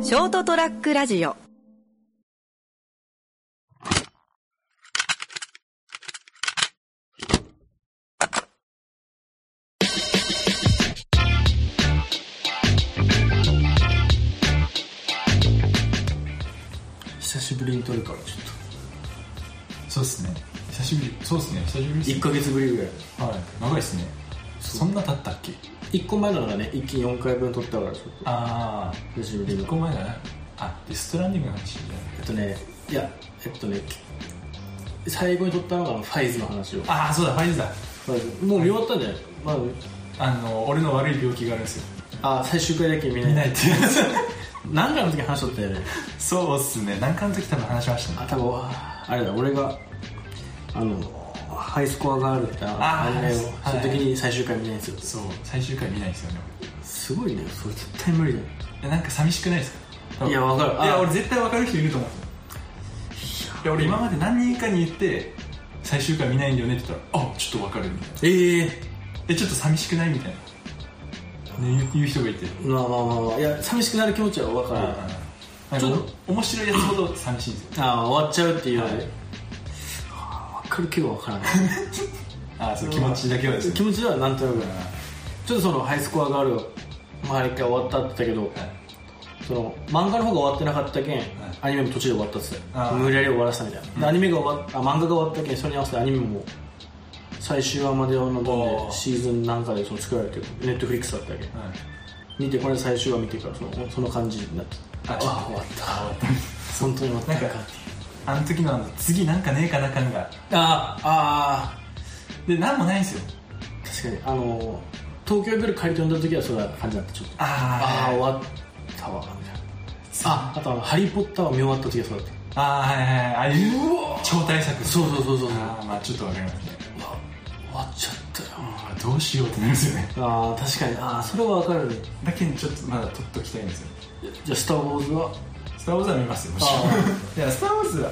ショートトラックラジオ久しぶりに撮るからちょっそうですね。久しぶり。そうですね。久しぶりとです1ヶ月ぶりぐらいはい。長いですね。そんな経ったっけ1個前のがね一気に4回分撮ったからちょっとあ久しぶあ。り一に個前だな。あ、デストランディングの話じゃない。えっとねいやえっとね最後に撮ったのがファイズの話をああ、そうだ、ファイズだ。ファイズもう見終わったんじゃない、まあ、あの、俺の悪い病気があるんですよ。あ最終回だけ見ない見ないっていう。 何回の時に話しとったよねそうっすね。何回の時多分話しましたあね。多分ああれだ俺があのハイスコアがあるってあアニメをそはいの時に最終回見ないんですよそう、最終回見ないんですよね。すごいねそれ絶対無理だよ俺えなんか寂しくないですかいやわかるいや、あ俺絶対わかる人いると思うんですよ。いや、俺今まで何人かに言って、最終回見ないんだよねって言ったら、あ、ちょっとわかるみたいな。えええ、ちょっと寂しくないみたいな。ね、言う言う人がいて。まあまあまあまあいや寂しくなる気持ちは分かる、なんかお面白いやつほど寂しいんですよああ終わっちゃうっていうのはで、いああ分かるけど分からないああそう気持ちだけはです気ね持ちではなんとなくあちょっとそのハイスコアがある周りが終わったって言ったけあどその漫画の方が終わってなかったけん、アニメも途中で終わったっつってああ無理やり終わらせたみたいな、でアニメが終わっあ漫画が終わったけんそれに合わせてアニメも最終話までを望んおーでシーズンなんかでその作られてるネットフリックスだったけんはい見てこれ最終話見てからそのその感じになってああちょっとあ終わった本当に終わったなんかあの時のあの次なんかねえかな感があああで何もないんですよあ確かにあの東京グル借りて読んだ時はそんな感じだったちょっとあああ終ーわったわみたいなああとあの「ハリー・ポッター」は見終わった時はそうだっあーはいはいはいああいう超大作たそうそうそうそうそうああまあちょっとわかりますね終わっちゃったよあーどうしようってなるんですよねああ確かにああそれはわかるねだけどちょっとまだ取っときたいんですよじゃあ「スター・ウォーズは」スター・ウォーズは見ますよもちろん いやスター・ウォーズは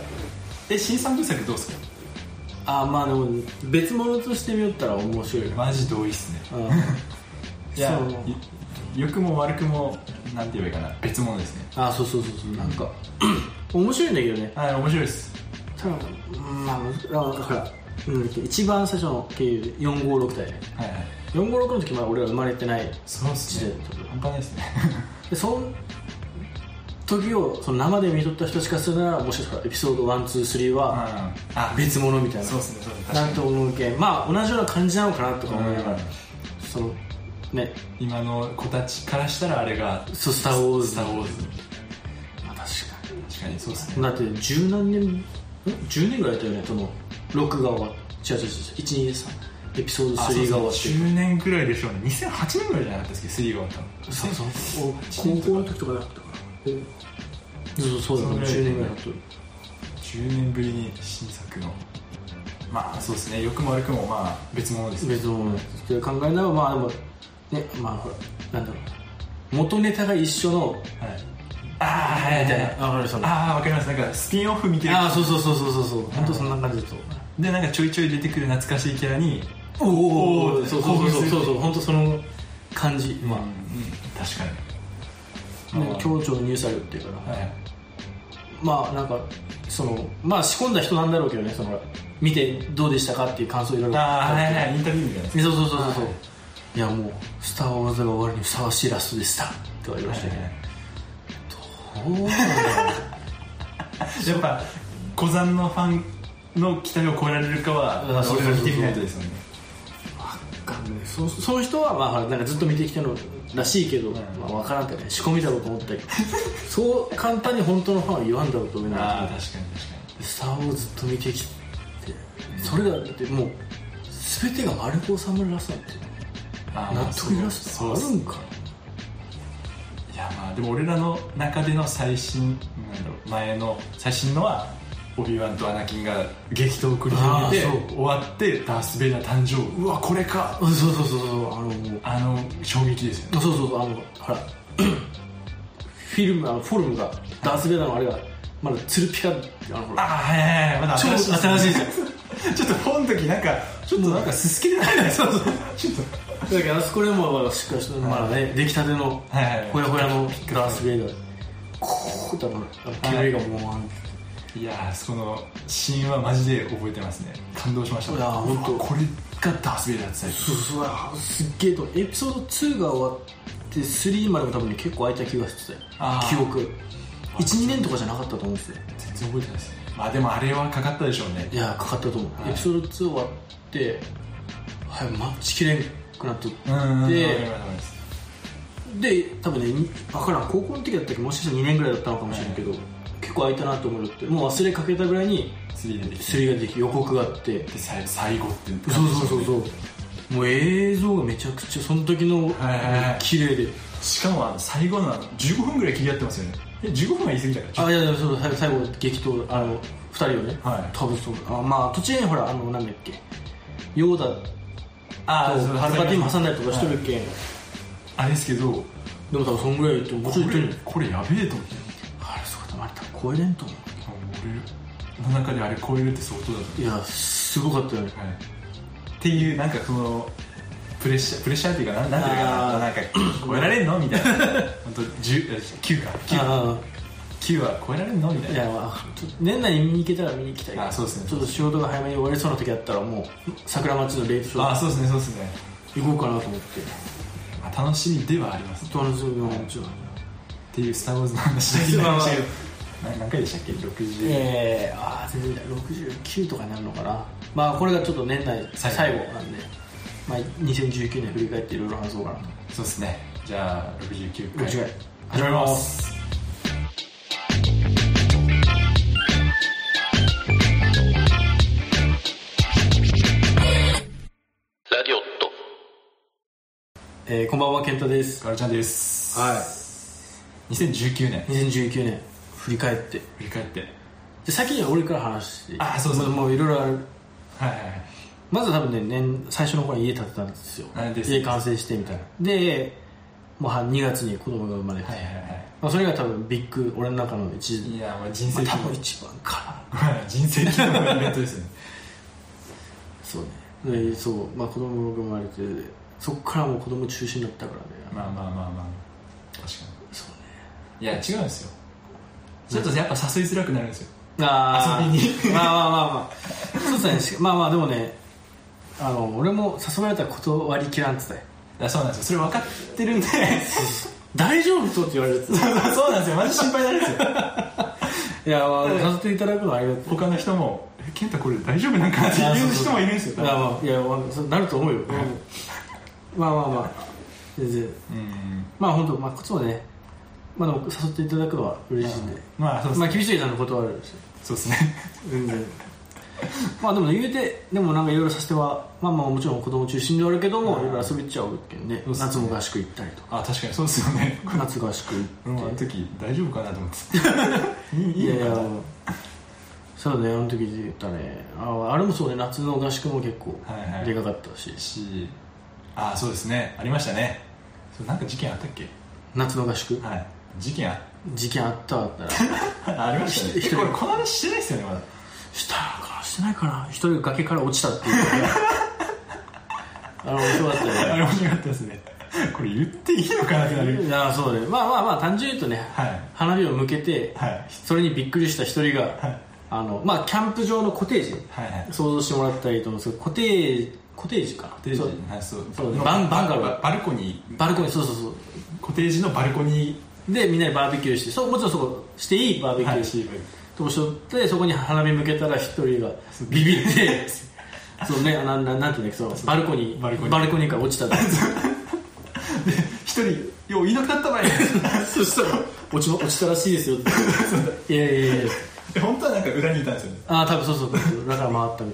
え新三部作どうですかああまあでも別物として見よったら面 白いなマジ同意っすねうんいやそうい良くも悪くもなんて言えばいいかな別物ですねああそうそうそうそうなん か面白いんだけどねはい面白いですただうんまあ難しいあだからうん一番最初の経由で456体ねはいはい456の時まだ俺ら生まれてないそうっすね時代の時半端ないですねでその時をその生で見とった人しかするならもしかしたらエピソード123うんはあ別物みたいな、そうっすねそうっすね確かなんと思うけんまあ同じような感じなのかなとか思いながらうんそのねに今の子たちからしたらあれがそうスター・ウォースズタのー・ウォーズまあ確か確かにそうっすねにだって十何年ん10年ぐらいやったよねその6が終わっ違う違う違う123エピソードあそうっ3すがね終わっ10年くらいでしょうね2008年ぐらいじゃなかったですけど3が終わってたのそうそう10高校の時とかだったからそうそうだ、ね、そ10んぐら年ぐらいいだった10年ぶりに新作のまあそうですね良くも悪くもまあ別物ですね別のものって考えながらまあでもねまあほらなんだろう元ネタが一緒のはいああはいはいはいあわかるそのあああわかりますなんかスピンオフ見てるあーそうそうそうそうそうそう本当そんな感じだとでなんかちょいちょい出てくる懐かしいキャラにおおおーそうそうそうそう興奮するそう本当その感じまあ確かにね協調入社料っていうから、はいまあなんかそのまあ仕込んだ人なんだろうけどねその見てどうでしたかっていう感想いろいろああはいはいインタビューみたいなやつそうそうそうそうそう、い、やもう「スター・ウォーズ」が終わるにふさわしいラストでしたとは言いましたけど、どうなんだろうやっぱ小山のファンの期待を超えられるかうんはそうそう俺そうら見てみないとですよねわかんないそうそういう人はまあほらなんかずっと見てきたのらしいけど、まあ、分からんけどね仕込みだろうと思ったけ どそう簡単に本当のファンは言わんだろうと思いながああら確かに確か「スター・ウォーズ」ずっと見てきてそれがだってもう全てが丸く収まるらしさってにあー納得いらしそさうあっるすいんかやまあでも俺らの中での最新なんだろう前の最新のはオビワンとアナキンが激闘を繰り広げあて終わってダース・ベイダー誕生うわこれかうんそうそうそうそうあのもうあの衝撃ですよねそうそうそうあのほら フィルムあのフォルムがダース・ベイダーのあれがまだツルピカあのほあらあはいはいはいまだ超新しいですね新しいですよちょっと本の時なんかちょっとなんかすすきでないねそうそうちょっとだからあそこでもまだしっかりしてまだね出来たてのはいはいほやほやのダース・ベイダーここだろ煙がもうあんていやーそのシーンはマジで覚えてますね感動しましたいやーほんとうわこれがダース・ベイダーだって最初そうそうあーすっげえと思うエピソード2が終わって3までも多分ね結構空いた気がしてたよあー記憶12年とかじゃなかったと思うんですよ全然覚えてないですねまあでもあれはかかったでしょうねいやーかかったと思う、はいエピソード2終わってはい待ちきれんくなっとってうんうんうんでわかりますわかりますで多分ねにわからん高校の時だったっけもしかしたら2年ぐらいだったのかもしれんけど、結構空いたなと思うってもう忘れかけたぐらいに3出てきて3ができ予告があってで最最後っていうそうそうそうそうもう映像がめちゃくちゃその時のはいはいはい綺麗でしかもあの最後のあの15分ぐらい切り合ってますよねえ15分は言い過ぎたからあいやいやそう最後最後激闘あの2人をね、はい多分そうあまあ途中にほらあのなんだっけヨーダとあハルパティム挟んだりとかしとるけん、あれですけどこでも多分そんぐらいってもうちょい言ってるれこれやべえと思ってあれそこたまに多分超えれんと思俺の中であれ超えるって相当だとういやすごかったよねはい、っていうなんかそのプレッシャープレッシャーっていうかなんなんていうかあーななんか超えられんのみた いな本当9かあ9は超えられんのみたあいいなやまあちょっと年内に見に行けたら見に行きたいあそうですねちょっと仕事が早めに終わりそうな時あったらもう桜町のレイトショあーーそうですねそうですね、行こうかなと思ってまあ、楽しみではあります人のズームもちろんっていう「スター・ウォーズ」の話だけ になりましたけどな何回でしたっけ60えー、ああ全然だ69とかになるのかなまあこれがちょっと年内最後最後なんで、まあ、2019年振り返っていろいろ話そうかなとそうですねじゃあ69回間違い始まりますラディオットえー、こんばんは健太ですガルちゃんですは2019年い2019年振り返って振り返ってで先に俺から話してあそうそうもういろいろあるはいはいはいまず多分ね年最初の頃に家建てたんですよはいです家完成してみたいなで、まあ、2月に子供が生まれて、はいはいはまあ、それが多分ビッグ俺の中の一、いいやまあ人ま生あ、的多分に一番かなはい人生的なイベントですよねそうねでそう、まあ、子供が生まれてそっからもう子供中心だったからね、まあまあまあまあ確かそうねにいや違うんですよちょっとやっぱ誘いづらくなるんですよあー遊びにまあまあまあまあそうですねしまあまあでもねあの俺も誘われたら断りきらんっつったよいやそうなんです よそれ分かってるんで大丈夫とって言われるっつっそうなんですよマジ心配になるんですよたいや、まあ、誘っていただくのはありがとう他の人も「え健太これ大丈夫なんか?」って言う人もいるんですよあまあいやまあそうなると思うよ、まあまあまあ全然うんまあ本当まあ靴はねまあでも誘っていただくのは嬉しいんで、まあそうですまねあ厳しいなの断るしそうですね全然まあでもね言うてでもなんかいろいろさせてはまあまあもちろん子供中心ではあるけどもいろいろ遊びっちゃうけんねそうっすね夏も合宿行ったりとか あ確かにそうですよね夏合宿行って俺もあの時大丈夫かなと思っていいいいいやいのかやなそうだねあの時で言ったねああれもそうね夏の合宿も結構はいはいでかかったし、しあそうですねありましたねそうなんか事件あったっけ夏の合宿はい事件あ事件あったわ ったらありま したねひえこれこの話してないですよねまだしたのかなしてないかな一人崖から落ちたっていうのがあの面白かった よあれ面白かったですねこれ言っていいのかなってなるねいやそうねま あまあまあ単純に言うとね、はい花火を向けて、はいそれにびっくりした一人が、はいあのまあキャンプ場のコテージ、はいはい想像してもらったらいいと思うんですけどコテージコテージかココテージそうはいそうそうバンバンガローバルコニーバルコニーそうそうそうコテージのバルコニでみんなでバーベキューしてそうもちろんそこしていいバーベキーュはーいして、とこしとってそこに花火向けたら一人がビビってそうねなななんていうんだっけそのバルコニーバルコニーから落ちたんだで一人よういなくなったわよそしたら落ちま落ちたらしいですよっていやいやいやで本当はなんか裏にいたんですよねああ多分そうそうそうだから回ったみ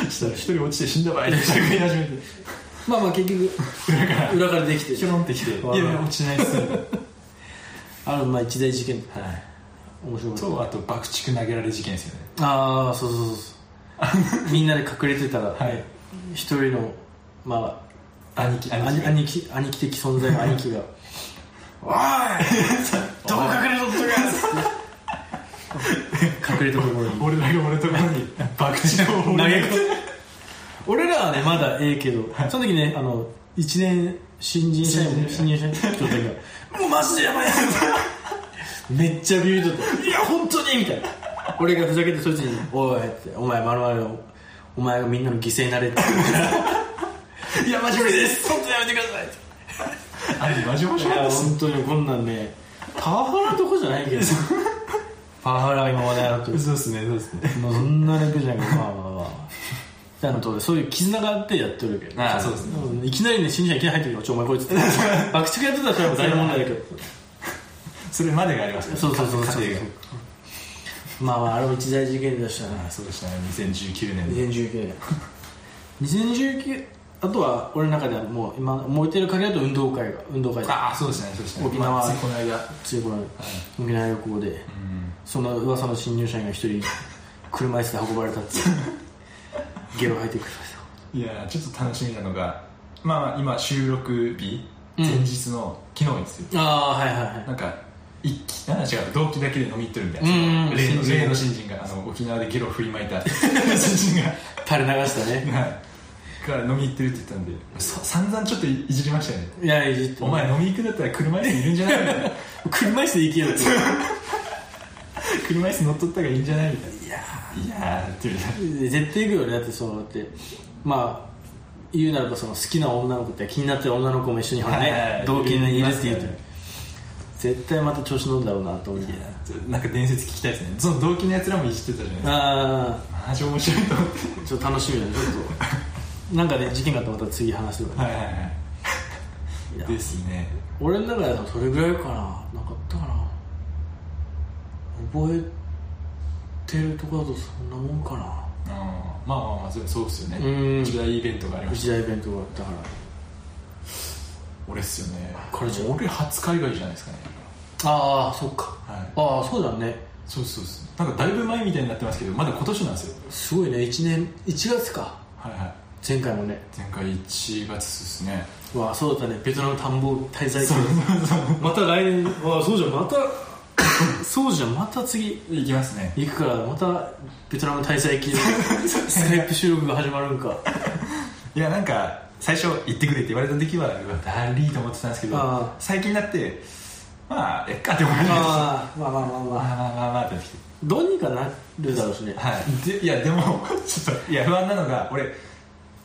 たいしたら一人落ちて死んだわいって言い始めてまあまあ結局裏から裏からできてひょろんってきて「いわやあいや落ちないっすよ」あのまあ一大事件はい面白かっとあと爆竹投げられ事件ですよねたああそうそうそうそうみんなで隠れてたらはい一、人のまあ兄貴兄貴兄貴兄貴的存 在の兄貴がおいどう隠れとったか隠れたところに俺らが俺のところに爆竹投を放げり込む 俺らはねまだええけど、その時ねあの1年新人社員新 人新入社員の人が「もうマジでやばいやつめっちゃビビるとって「いや本当に!」みたいな俺がふざけてそいつに「おい」って「お前まるまるお前がみんなの犠牲になれ」って「 いや真面目です本当やめてください」ってあれマジ面い白いやです本当にこんなんねパワハラとこじゃないけ どパワハラが今話題になってるそうですねそうですねもうそんなレベルじゃないけどまあまあまあちゃんとそういう絆があってやってるけどああそうですねんいきなりね新人がいきなり入ってくるちょお前こいつって 爆竹やってたらそれは大問題だけどそれまでがありましたねそうそうそうそう家庭がまあまああれも一大事件でしたねあそうでしたね2019年で2019年2019あとは俺の中ではもう今燃えてる限りだと運動会が運動会ああそうですねそうですね沖縄まあついこの間はついこのい沖縄旅行でうんその噂の新入社員が一人車椅子で運ばれた っていうゲロ吐いてくるいやーちょっと楽しみなのがまあまあ今収録日うん前日の昨日ですよああはいはいはいなんか一気なんだ違う同期だけで飲み行ってるみたいうんなうん例新の人例の新人があの沖縄でゲロ振りま いた新人が垂れ流したねはいから飲み行ってるって言ったんでさ散々ちょっといじりましたよねいやいじってお前飲み行くんだったら車椅子いるんじゃないみたい な車椅子で行けよって車椅子乗っとった方がいいんじゃないみたいいやないやーって言うー絶対行くよねだってそうだってまあ言うならばその好きな女の子って気になってる女の子も一緒にほらはいはいはねい同期にいるって言うといますね絶対また調子乗るんだろうなと思ってなんか伝説聞きたいですねその同期のやつらもいじってたじゃないですあかマジ面白いと思ってあちょっと楽しみだねちょっとなんかね事件があったらまた次話すよねはいはいはいいやですね俺の中ではそれぐらいかななかったかな覚えてるとこだとそんなもんかなうんまあまあまあそうそうですよねうん一大イベントがありまし一た大イベントがあったから俺っすよねこれじゃ俺初海外じゃないですかねああそっか、はいああそうだねそうそうそうなんかだいぶ前みたいになってますけどまだ今年なんですよすごいね1年1月かはいはい前回もね前回1月ですねうわあそうだったねベトナム田んぼ滞在期また来年うわあそうじゃん またそうじゃんまた次行きますね行くからまたベトナム滞在期でスカイプ収録が始まるんかいやなんか最初行ってくれって言われた時はうわだりーと思ってたんですけあどー最近になってまあえっかって思いましたまあ ああまあまあまあまあまあまあまあってなってきてどうにかなるだろうしねはいでいやでもちょっといや不安なのが俺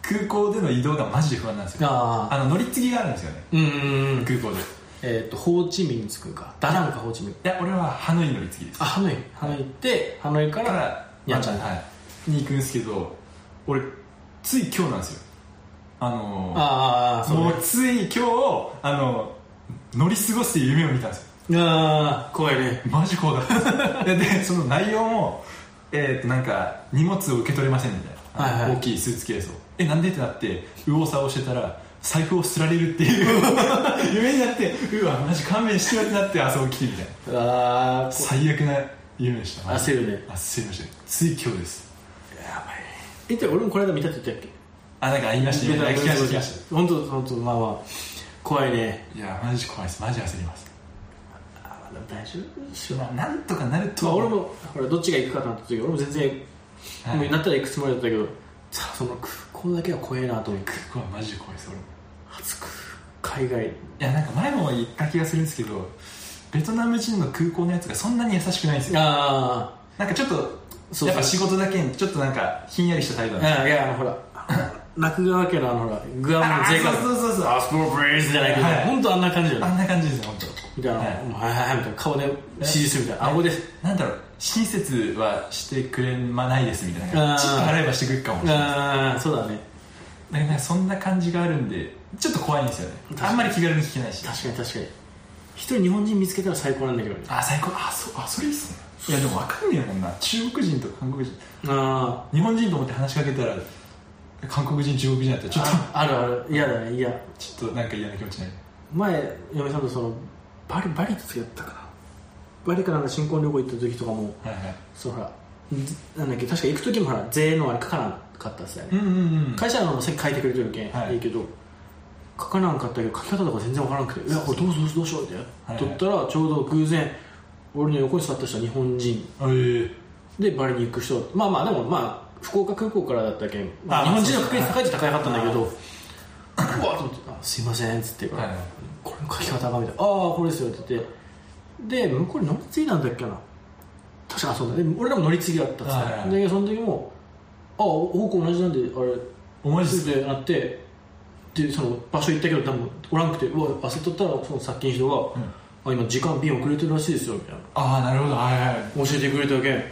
空港での移動がマジで不安なんですよあああの乗り継ぎがあるんですよねうんうんうん空港でいえっ、とホーチミンに着くかダナンかホーチミンや俺はハノイ乗り継ぎですあハノイハノイ行ってハノイかだかららやっちゃうはい、に行くんですけど俺つい今日なんですよあのーああそうもねうつい今日あの乗り過ごす夢を見たんですよああ怖いねマジ怖かったです ででその内容もえー、となんか荷物を受け取れませんみたいな、はいはい大きいスーツケースをえなんでってなって右往左往してたら財布をすられるっていう 夢になってうわマジ勘弁してよってなって朝起きてみたいなああ最悪な夢でしたマジで焦るね焦りましたつい今日ですやばいえって俺もこの間見たって言ったっあなんかありまけしたね聞かせてきまし本当本当まあまあ怖いねたいやマジ怖いですマジ焦りますあでも大丈夫でしょまあなんとかなるとまあは俺もほらどっちが行くかとなった時俺も全然、はいもうなったら行くつもりだったけどさあその空港だけは怖えなと思って僕はマジで怖いです俺も初海外いやなんか前も言った気がするんですけどベトナム人の空港のやつがそんなに優しくないんですよあなんかちょっとそうそうやっぱ仕事だけにちょっとなんかひんやりした態度あなんいですよやいやあのほら落川家のあのほらグアムの税関あそうそうそうそうアスポーブレイズじゃないけど、はい本当あんな感じだよあねんな感じですよ本み当たいな、ははい、はいはいみたいな顔で指示するみたいな顎でい、なんだろう親切はしてくれまないですみたいなあ感ーじちょっと払えばしてくるかもしれないああそうだねだからなんかそんな感じがあるんでちょっと怖いんですよね確かにあんまり気軽に聞けないし確かに確かに一人日本人見つけたら最高なんだけどねあ最高あそうあそれいいっすねいやでも分かんねえもんな中国人と韓国人あ日本人と思って話しかけたら韓国人中国人だったらちょっとああるある嫌だね嫌ちょっとなんか嫌な気持ちになる前嫁さんとそのバリバリと付き合ったかなバリかなんか新婚旅行行った時とかもはいはいそうほらずなんだっけ確か行く時もほら税のあれ書かなかったっすようねんうんうん会社の席書いてくれてるけん、はいい、いけど書かなんかったけど書き方とか全然わからなくて「いやこれどうしようどうしよう」ってやっとったらちょうど偶然俺の横に座った人は日本人えでバリに行く人まあまあでもまあ福岡空港からだったけん、まあ、あ日まあ本人の確率高いっちゃ高かったんだけどうわーと思って「あすいません」っつって言うから、はいこれの書き方が」みたいな「ああこれですよ」って言ってで向こうに乗り継いだんだっけな確かあそうだで俺らも乗り継ぎだったっつってはいはいでその時もあ方向同じなんであれ思いすつぐなってでその場所行ったけど多分おらんくてうわ焦っとったらその殺菌人が、あ今時間便遅れてるらしいですよみたいなああなるほどはいはいはい教えてくれたわけはい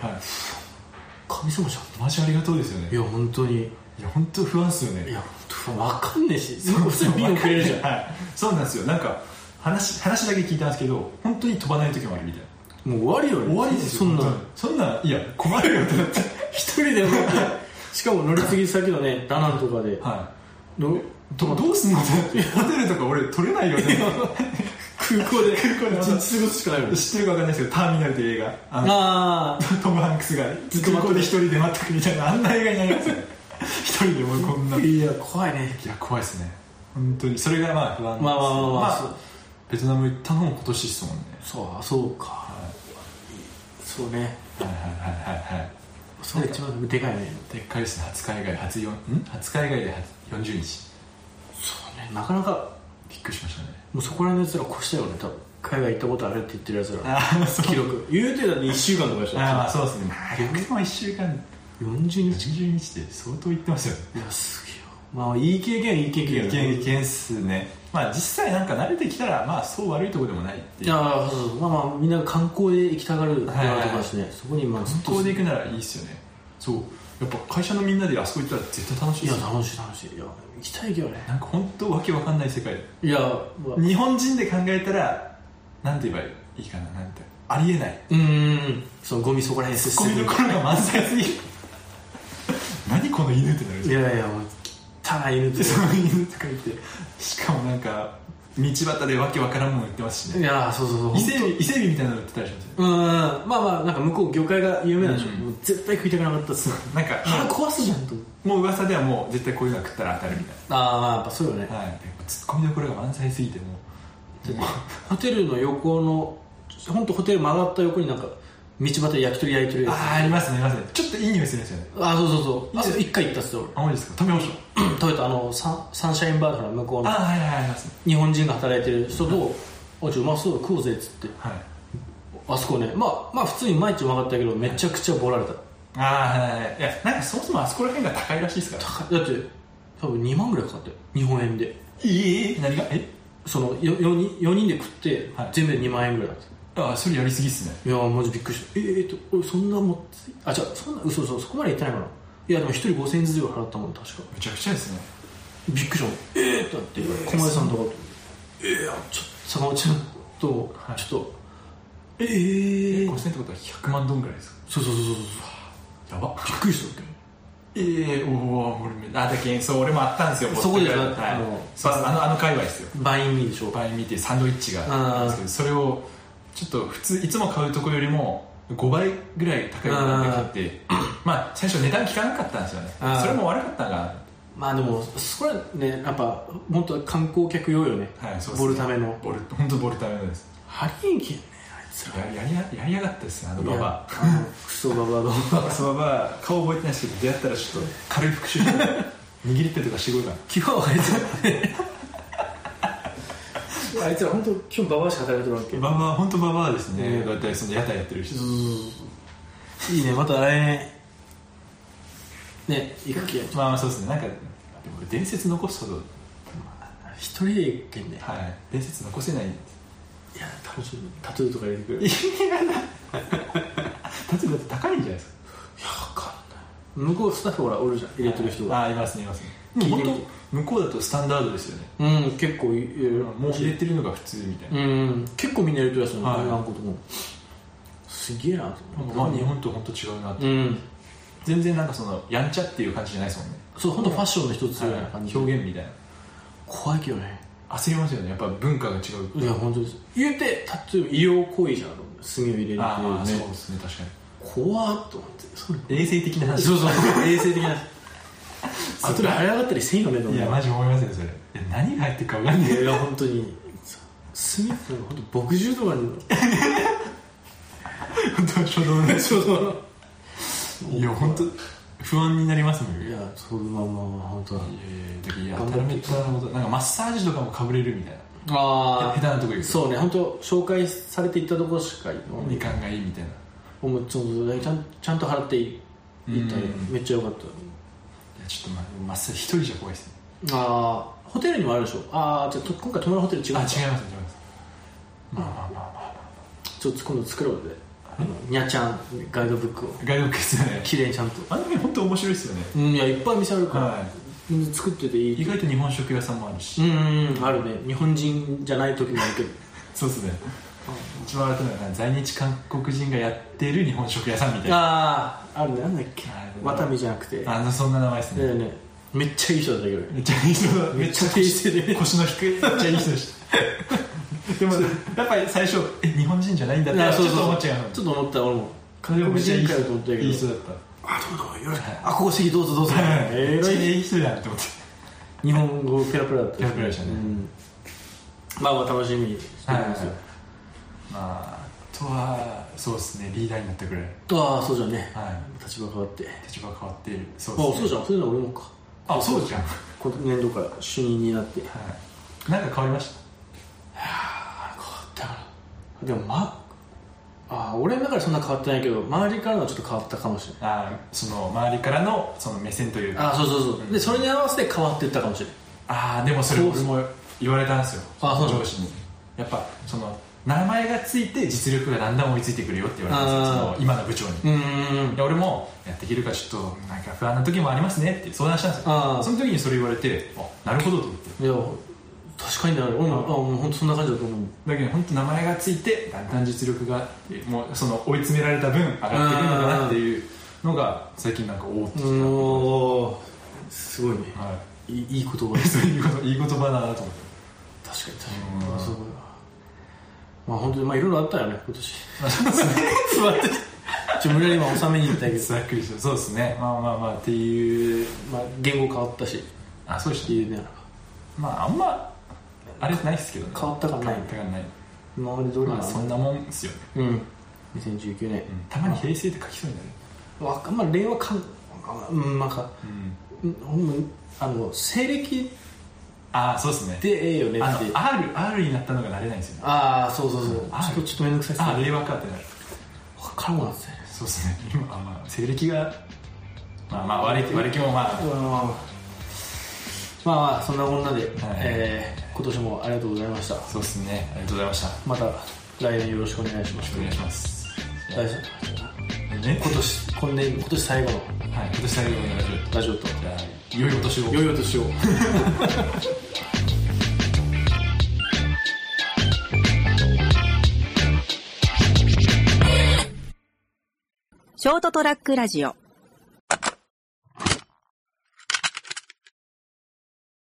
神様じゃマジありがとうですよねんいや本当にいや本当不安っすよねいや分かんねえしそこそ便遅れるじゃんはい、そうなんですよなんか話話だけ聞いたんですけど本当に飛ばない時もあるみたいなもう終わりよ終わりですよそんな本ん当にそんなんいや困るよってなって一人でもしかも乗り継ぎ先のねダナンとかで、はのいどどうすんのってホテルとか俺取れないよね 空港 で 空港で一日過ごすしかないよね知ってるか分かんないですけど「ターミナル」という映画あのああトム・ハンクスがずっと待ってる一人で待ってくみたいなあんな映画になりますよね一人でもこんないいや怖いねや怖いですね本当にそれがまあ不安なんですまあまあまあまあそうベトナム行ったのも今年ですもんねそうそうか、そうねはいはいはいはいはいそれが一番でかいねでっかいですね初海外初よんん初海外で初40日そうねなかなかびっくりしましたねもうそこら辺のやつら越したよね多分海外行ったことあるって言ってるやつらああそう記録言うてたって1週間とかでしょああそうですねまあ逆も1週間40日40日って相当行ってますよいやすげえよまあいい経験いい経い験けんいいけんっすねまあ実際なんか慣れてきたらまあそう悪いとこでもないっていうやそうそうまあまあみんな観光で行きたがるようなとこだしね、そこにまあず観っと光で行くならいいっすよねそうやっぱ会社のみんなであそこ行ったら絶対楽しいいっやすよ楽しい楽しいいや行きたいけどねなんか本当わけわかんない世界いや、まあ、日本人で考えたらなんて言えばいいかななんてありえないうんそのゴミそこら辺すツッコミどころが満載すぎる 何この犬ってなるじゃんいやいやもう汚い犬ってその犬とか言ってしかもなんか道端でわけわからんもん売ってますしいねやそうそうそう伊勢海老伊勢海老みたいなの売ってたりしますようんまあまあなんか向こう魚介が有名なんでしょ、うんもう絶対食いたくなかったっすなんか腹壊すじゃんともう噂ではもう絶対こういうのは食ったら当たるみたいああまあやっぱそうよねな、はい、ツッコミどころが満載すぎてもうもうホテルの横の本当ホテル曲がった横になんか道端で焼き鳥焼いてるやつあーありますねありますねちょっといい匂いするんですよねああそうそうそうあいいねそれ一回行ったっすよあマジですか食べましょう俺 食べたあのサンサンシャインバーガーの向こうあのーはいはいはいありますね日本人が働いてる人と「あちょうまそうだ食おうぜ」っつってはいあそこねまあまあ普通に毎日曲がったけどめちゃくちゃボラれたあーはいはいはいいやなんかそもそもあそこら辺が高いらしいですから高いだって多分2万ぐらいかかって日本円でええ何がえその 4, 人4人で食って、はい全部で2万円ぐらいだっあーそれやりすぎっすねたいやーマジびっくりしたえー、っと俺そんなもんあじゃそんな嘘嘘そこまで言ってないかないやでも1人5000円ずつぐらい払ったもん確かめちゃくちゃですねびっくりしたええー、ってなって小林さんとかとええー、ちょっと坂本ちゃんと、はいちょっとええー、 5000ってことは100万ドンぐらいですかそうそうそうそうそうやばびっくりしたわええおお俺めあだけんそう俺もあったんですよそこでポッドキャストだってはいあのそうあのあの界隈ですよけバインミーでしょバイン見てサンドイッチがあったんですけどそれをちょっと普通いつも買うとこよりも5倍ぐらい高い値段で買ってまあ最初値段聞かなかったんですよねあーそれも悪かったんかまあでもそれはねやっぱ本当は観光客用よね、なはいそうですボルためのボル本当ボルためのですハリーンキンねあいつらややりややりやがったですねあのババいやあのクソババのアそのババア顔覚えてないですけど出会ったらちょっと軽い復讐して握りっぺとかしてこいか基本あいつらあいつら本当基本ババアしか働いてるわけなババア本当ババアですねねだいたいその屋台やってる人いいねまた来年ね行く気やまあまあそうですねなんかでも俺伝説残すほど、一人で行けんねはい、伝説残せないいや楽しみタトゥーとか入れてくる立場って高いんじゃないですか向こうスタッフほらおるじゃん入れてる人がああいますねいますね聞いてもみうて本当向こうだとスタンダードですよねうん結構いいるもう入れてるのが普通みたいな、うん結構みんな入れてるやつなはいの何個ともすげえなと思ってまあ日本と本当違うなって、うん全然なんかそのやんちゃっていう感じじゃないですもんね、そう本当ファッションの一つような感じ表現みたいな怖いけどね焦りますよねやっぱ文化が違ういや本当です言うてタトゥー医療行為じゃん墨を入れるああまあっそてういうでねすね確か怖っと思ってそれに衛生的な話そうそう衛生 的なあとで腫れ上がったりせんよねと思いやうマジ思いますよそれいや何が入ってるか分かんないい やいや本当に墨って本当墨汁とかに本当初動のそうそういや本当不安になりますもんいやそうまあまあまあ本当だいやいやだからやたらめったらなことなんかマッサージとかもかぶれるみたいなあ下手なとこ行あくそうね本当紹介されていったところしかみかんがいいみたいなもうちょっとちゃんちゃんと払っていったようんめっちゃ良かっいやちょっとままっすぐ一人じゃ怖いですねたああホテルにもあるでしょああじゃあと今回泊まるホテル違うあの違いかます違いますまあまあまあまちょっと今度作ろうであのにゃちゃんガイドブックをあガイドブックですよね綺麗にちゃんとあの辺本当面白いですよねうんいやいっぱい店あるから、はうん作ってていい意い外と日本食屋さんもあるし、うんうんうんあるね日本人じゃない時もあるけどそうですね一番新たいのは在日韓国人がやってる日本食屋さんみたいなあああるねなんだっけあるねワタミじゃなくてだあのそんな名前ですね、よねめっちゃいい人だったけどめっちゃいい人だめっちゃ低姿勢で腰の低いめっちゃいい人でしたでもやっぱり最初え日本人じゃないんだっ てあちそうょそっうと思っちゃうのちょっと思った俺もでも韓め国っちゃ人いいか人よと思ったけどいい人だったあどうぞよろしくあここ席どうぞどうぞめえっちらゃいいい人だって思って日本語ペラペラだったペラペラでしたねうんまあまあ楽しみにしてますよまああとはそうですねリーダーになったぐらいああそうじゃんねは立場変わってい立場変わってそあうそうじゃんゃんそういうの俺もかあそうじゃん、は今年度から主任になってい、なんか変わりましたあ変わったなでもまああ俺の中でそんな変わってないけど周りからのはちょっと変わったかもしれないあその周りからのその目線というかあそうそうそうでそれに合わせて変わっていったかもしれないああでもそれそう俺も言われたんですよあそうなの上司にやっぱその名前がついて実力がだんだん追いついてくるよって言われたんですよあーその今の部長にうーんいや俺もやっていけるかちょっとなんか不安な時もありますねって相談したんですあーよその時にそれ言われてあなるほどと思っていや確かにだ俺もあもう本当そんな感じだと思うだけど本当名前がついてだんだん実力がもうその追い詰められた分上がってくるのかなっていうのが最近なんかおおってきた、うんはおーすごいねいいいい言葉でい、す そういうこといい言葉だなと思って 確かに確確かかににすごいまあ本当にまあいろいろあったよね今年 座ってちょ無理やり今収めに行ったけどざっくりしてそうですねまあまあまあっていうまあ言語変わったしっあそうでしてたいうねまああんまあれないですけどね変わった感ないね変わった感ない今まで通りなまあそんなもんですよね、うん2019年うんたまに平成って書きそうになるわかんまあ令和かんうんなんかうんほんまにあの西暦ああそうですねでええよねあっての R, R になったのが慣れないんですよねああそうそうそうちょっとあちょっと面倒くさいっすあね令和かってなるわからんもんなんですよねそうですね今あまあ西暦がまあまあ割り割り気もまあまあまあまあまあまあそんな女で、えー今年もありがとうございましたそうですねありがとうございましたよまた来年よろしくお願いしまろしすくお願いします大丈夫ね夫今年今年今年最後のはい今年最後のラジオラジオとじゃあ良いお年を良いお年をショートトラックラジオ